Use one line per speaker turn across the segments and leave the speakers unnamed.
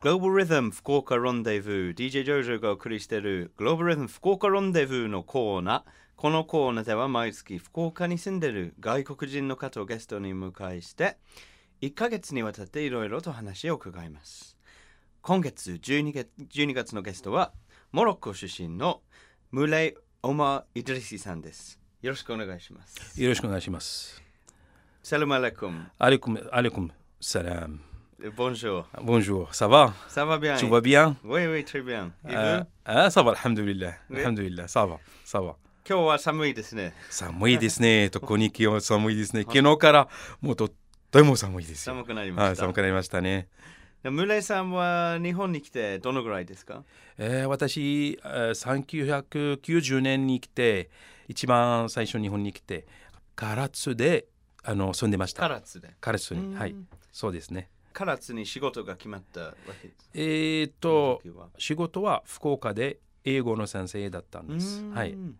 Global Rhythm 福岡ロンデブー DJ ジョージョがお送りしている Global Rhythm 福岡ロンデブーのコーナーこのコーナーでは毎月福岡に住んでいる外国人の方をゲストに迎えして1ヶ月にわたっていろいろと話を伺います今月 12, 月12月のゲストはモロッコ出身のムレイ・オマー・イドリシさんですよろしくお願いします
よろしくお願いします。
サルマレコム
Allez, comme, allez, comme. Salam.
ボンジョー
Bonjour, ça va
サバビアン
Tu vas bien
ウェイウェイトリビアン
Euh, ah, Ça va, alhamdoulilah.
Oui.
Alhamdoulilah, ça va, ça va.
今日は寒いですね
寒いですね。特に気温寒いですね。昨日からもうとっても寒いですよ。
寒くなりま
は
し
い、
た
寒くなりましたね。
ムレイさんは日本に来てどのぐらいですか
えー、私、えー1990年に来て、一番最初日本に来て、唐津であの住んでまし
唐
た。
津で
唐津
うん
に。はい、そうですね。
唐津に仕事が決まったわけです
えー、っと、仕事は福岡で英語の先生だったんです。は
う
い。
ん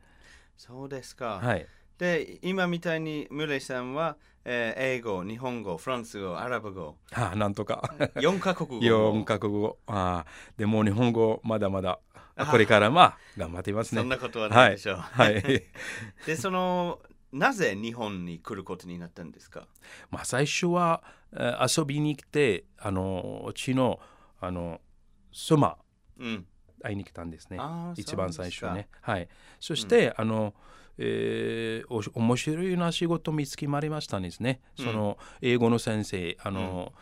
そうですか、
はい。
で今みたいにムレイさんは、えー英語日本語フランス語アラブ語
あなんとか。
4カ国語
4カ国語。あーでも日本語まだまだ
あ
これからまあ頑張っています
そん
ね。
なことはないでしょう、
はい。
でそのなぜ日本に来ることになったんですか
まあ最初はえー遊びに来て、あのうちのあの妻
うん、
会いに来たんですね。
あー
一番最初
そうで
ね。はい。そして、あの、えーおし面白いな仕事見つけまりましたんですね。
うん
その英語の先生、あの、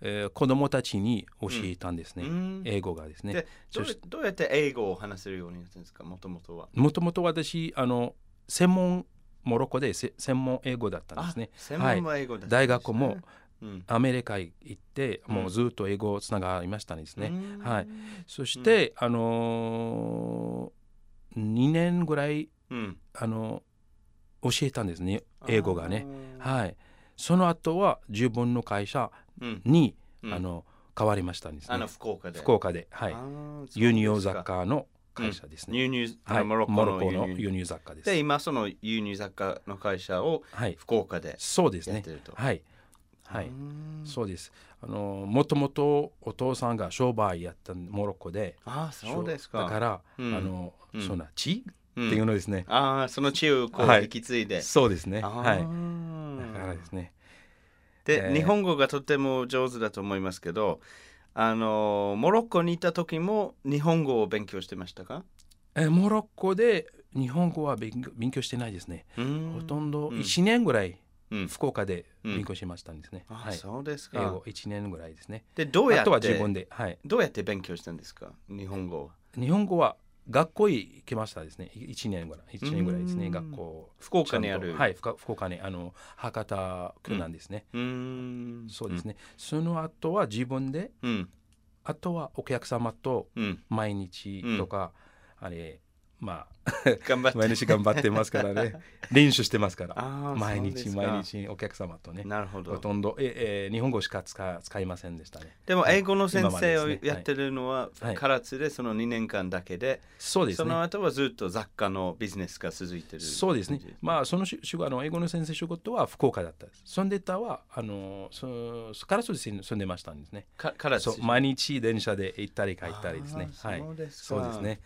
えー子供たちに教えたんです
すか
ね。
うん
英語がですね
で。どう
そし
どうやって英語を話せるようになったんですかもともとは
もともと私、あの専門モロッコでせ専門英語だったんですね
あ。専門は英語だったんですね、
大学も
うん、
アメリカへ行って、
うん
もうずっと英語つながりましたんですね。
うん
はいそして、あの2年ぐらい
うん、
あの教えたんですね英語がね。
あー
はい。その後は自分の会社
うん
に、
うん
あの変わりましたんです
あの
ね。
福岡で
福岡で、はい、
い
輸入雑貨の会社ですね。
輸入
は
あ
い、
モロッ
モ
コ
ロッコ
の
の
輸入
輸入雑貨です
で。今その輸入雑貨の会社を
はい、
福岡で
そうです
やっ
ね
て。ると、
はい、は
う
い、
ん
そうです。あのもともとお父さんが商売やったモロッコで、
ああそうですか
だから、
うん
あの、
うん
そんな地
うん
っていうのですね。
ああその地をこう
はい
引き継いで、
そうですね。
あ
は
ー
い。だからですね。
で、
えー
日本語がとても上手だと思いますけどあのモロッコにいた時も日本語を勉強してましたか
えーモロッコで日本語は勉強勉強してないですね。ほ
ほ
とんど
うん
1年ぐらい
うん
福岡で
うん
勉強しましたんですね。
あ、
はい。
そうです
英
か
語1年ぐらいですね。
でどうやっ
あ
て
とは自分で、はい。
どうやって勉強したんですか日本語は
日本語は学校へ行きましたですね。1年ぐらい、一年ぐらいです
う
ね。
ん
学校。
福岡にある
はい、福福岡にあの博多区なんですね。
うーん
そうですね。その後は自分で、
うん
あとはお客様と
うん
毎日とか、あれ、まあ、
頑張って
毎日頑張ってますか らね。練習してますから。
あー
毎
そうで
日
すか
毎日お客様とね。
なるほ
ほ
ど
とんどえ、えー日本語しか使使いませんでしたね。
でも英語の先
今まで
生
で
を
すね
やってるのは
はい
唐津でその2年間だけで
そうです
その
ね。
後はずっと雑貨のビジネスが続いてる
そうですね
感じ。
まあ、そのし仕事あの英語の先生仕事は福岡だったです。そんでたは、あの、そからそうですね住んでましたんですね。
か唐
そう
津
毎日電車で行ったり帰ったりですね。
あー
はい
そ。うですか
そうですね。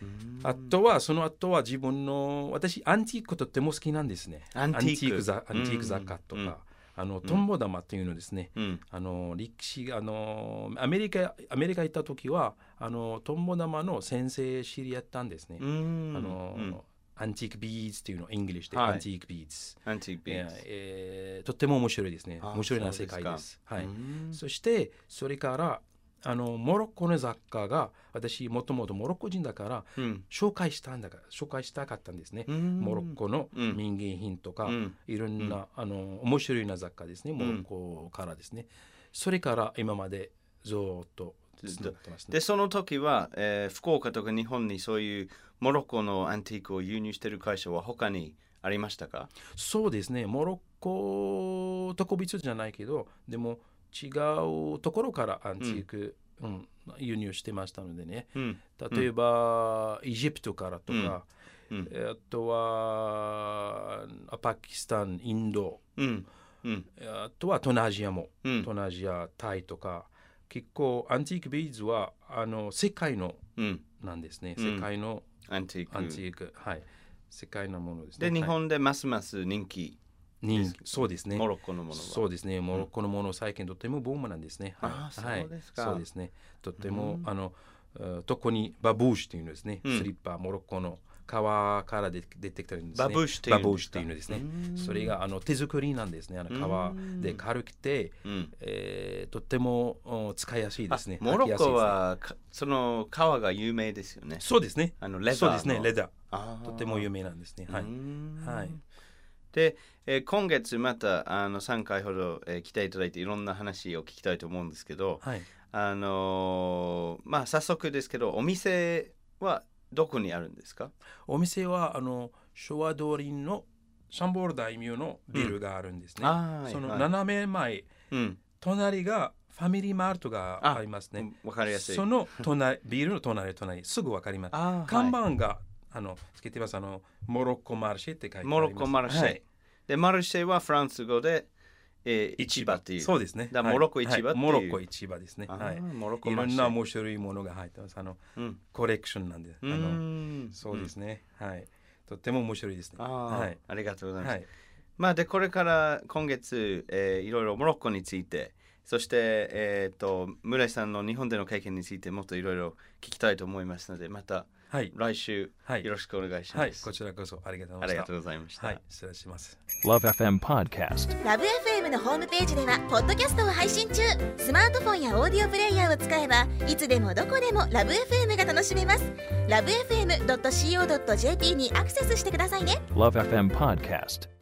うーん
あとはその後は自分の私アンティークとっても好きなんですね。
アンティーク
雑アンティーク雑貨とか、あのトンボ玉っていうのですね。
うん
あの歴史があのアメリカアメリカ行った時はあのトンボ玉の先生知り合ったんですね。
うーん
あの、
うん
アンティークビーズっていうのイングリッシュで、
はい
アンティークビーズ。
アンティークビーズ
えーとっても面白いですね。
あ
面白いな
そう
世
ですか。
界です。はいう
ーん
そしてそれからあのモロッコの雑貨が私もともとモロッコ人だから
うん
紹介したんだから紹介したかったんですね
う。ーん
モロッコの
うん
民芸品とか、
うん
いろんな、あの面白いな雑貨ですねモロッコからですね。それから今までずーっと
ずっと
繋がってますね
で。その時は、えー福岡とか日本にそういうモロッコのアンティークを輸入してる会社は他にありましたか
そうですねモロッコ特別じゃないけどでも違うところからアンティーク、うん輸入してましたのでね
うん
例えば、エジプトからと
うん
か、
うん
えーあとはあパキスタンインド
うんうん
あとは東南アジアも
うん
東南アジアタイとか結構アンティークビーズはあの世界の
うん
なんですね。
うん
世界の
アンティーク
アンティーク、はい。世界のものですね。
で日
はい
本でますます人気、
にそうですね。
モロッコのものは
そうですね。モロッコのもの最近とてもブームなんですね。はい
あーそうですか
はいそうですね。とても、あのうん特にバブーシュというのですね。
うん
スリッパモロッコの革からで出てきたんですね。
バブーシュというんですか
バブーシュというのですね。
うん
それがあの手作りなんですね。あの革で軽くて、
うん
えーとてもうん使いやすいですね。
あモロッコ
履きや
はかその革が有名ですよね
すいですねそうですね。
あのレザーの
そうですね。レザ
あ
ー
ー
とても有名なんですね。はいう
ー。ん
はい
で、えー今月またあの3回ほど、えー来ていただいていろんな話を聞きたいと思うんですけど、
はい。
あのーまあ早速ですけどお店はどこにあるんですか
お店はあの昭和通りのシャンボール大名のビルがあるんですね。
あー
そ
は
の
い
斜め前、
うん
隣がファミリーマートがありますね。
わかりやすい
その隣 ビルの隣隣すぐわかります。
あー
看
はい
板が、あのつけてますあのモロッコマルシェって書いてありま
モ
す。
ロッコマルシェ
はい
でマルシェはフランス語で、えー市場っていう
そうですね。
だから
はい
モロッコ市場っていう
はモロッコ市場ですね。
あー
はい。
モロッコ
い
マ
ろ
ルシ
ん
ェ
な面白いものが入ってます。あの
うん
コレクションなんで、あ
う
の
ーん
そうです
ね、
ね、はい。とっても面白いですね。
あー
はい。
ありがとうございます、
はい。
まあでこれから今月、えーいろいろモロッコについてそしてえっ、と村井さんの日本での経験についてもっといろいろ聞きたいと思いますのでまた
はい。
来週
はい
よろしくお願いし
は
ま
い、
す、
こちらこそありがとうご
あ
ざ
り
い
が
まし。
とうございましたた、
はい、失礼します。
Love FM Podcast.
ラブ f m のホームページではポッドキャストを配信中スマートフォンやオーディオプレイヤーを使えばいつでもどこでもラブ f m が楽しめますラブ FM.co.jp にアクセスしてくださいね
Love FM Podcast.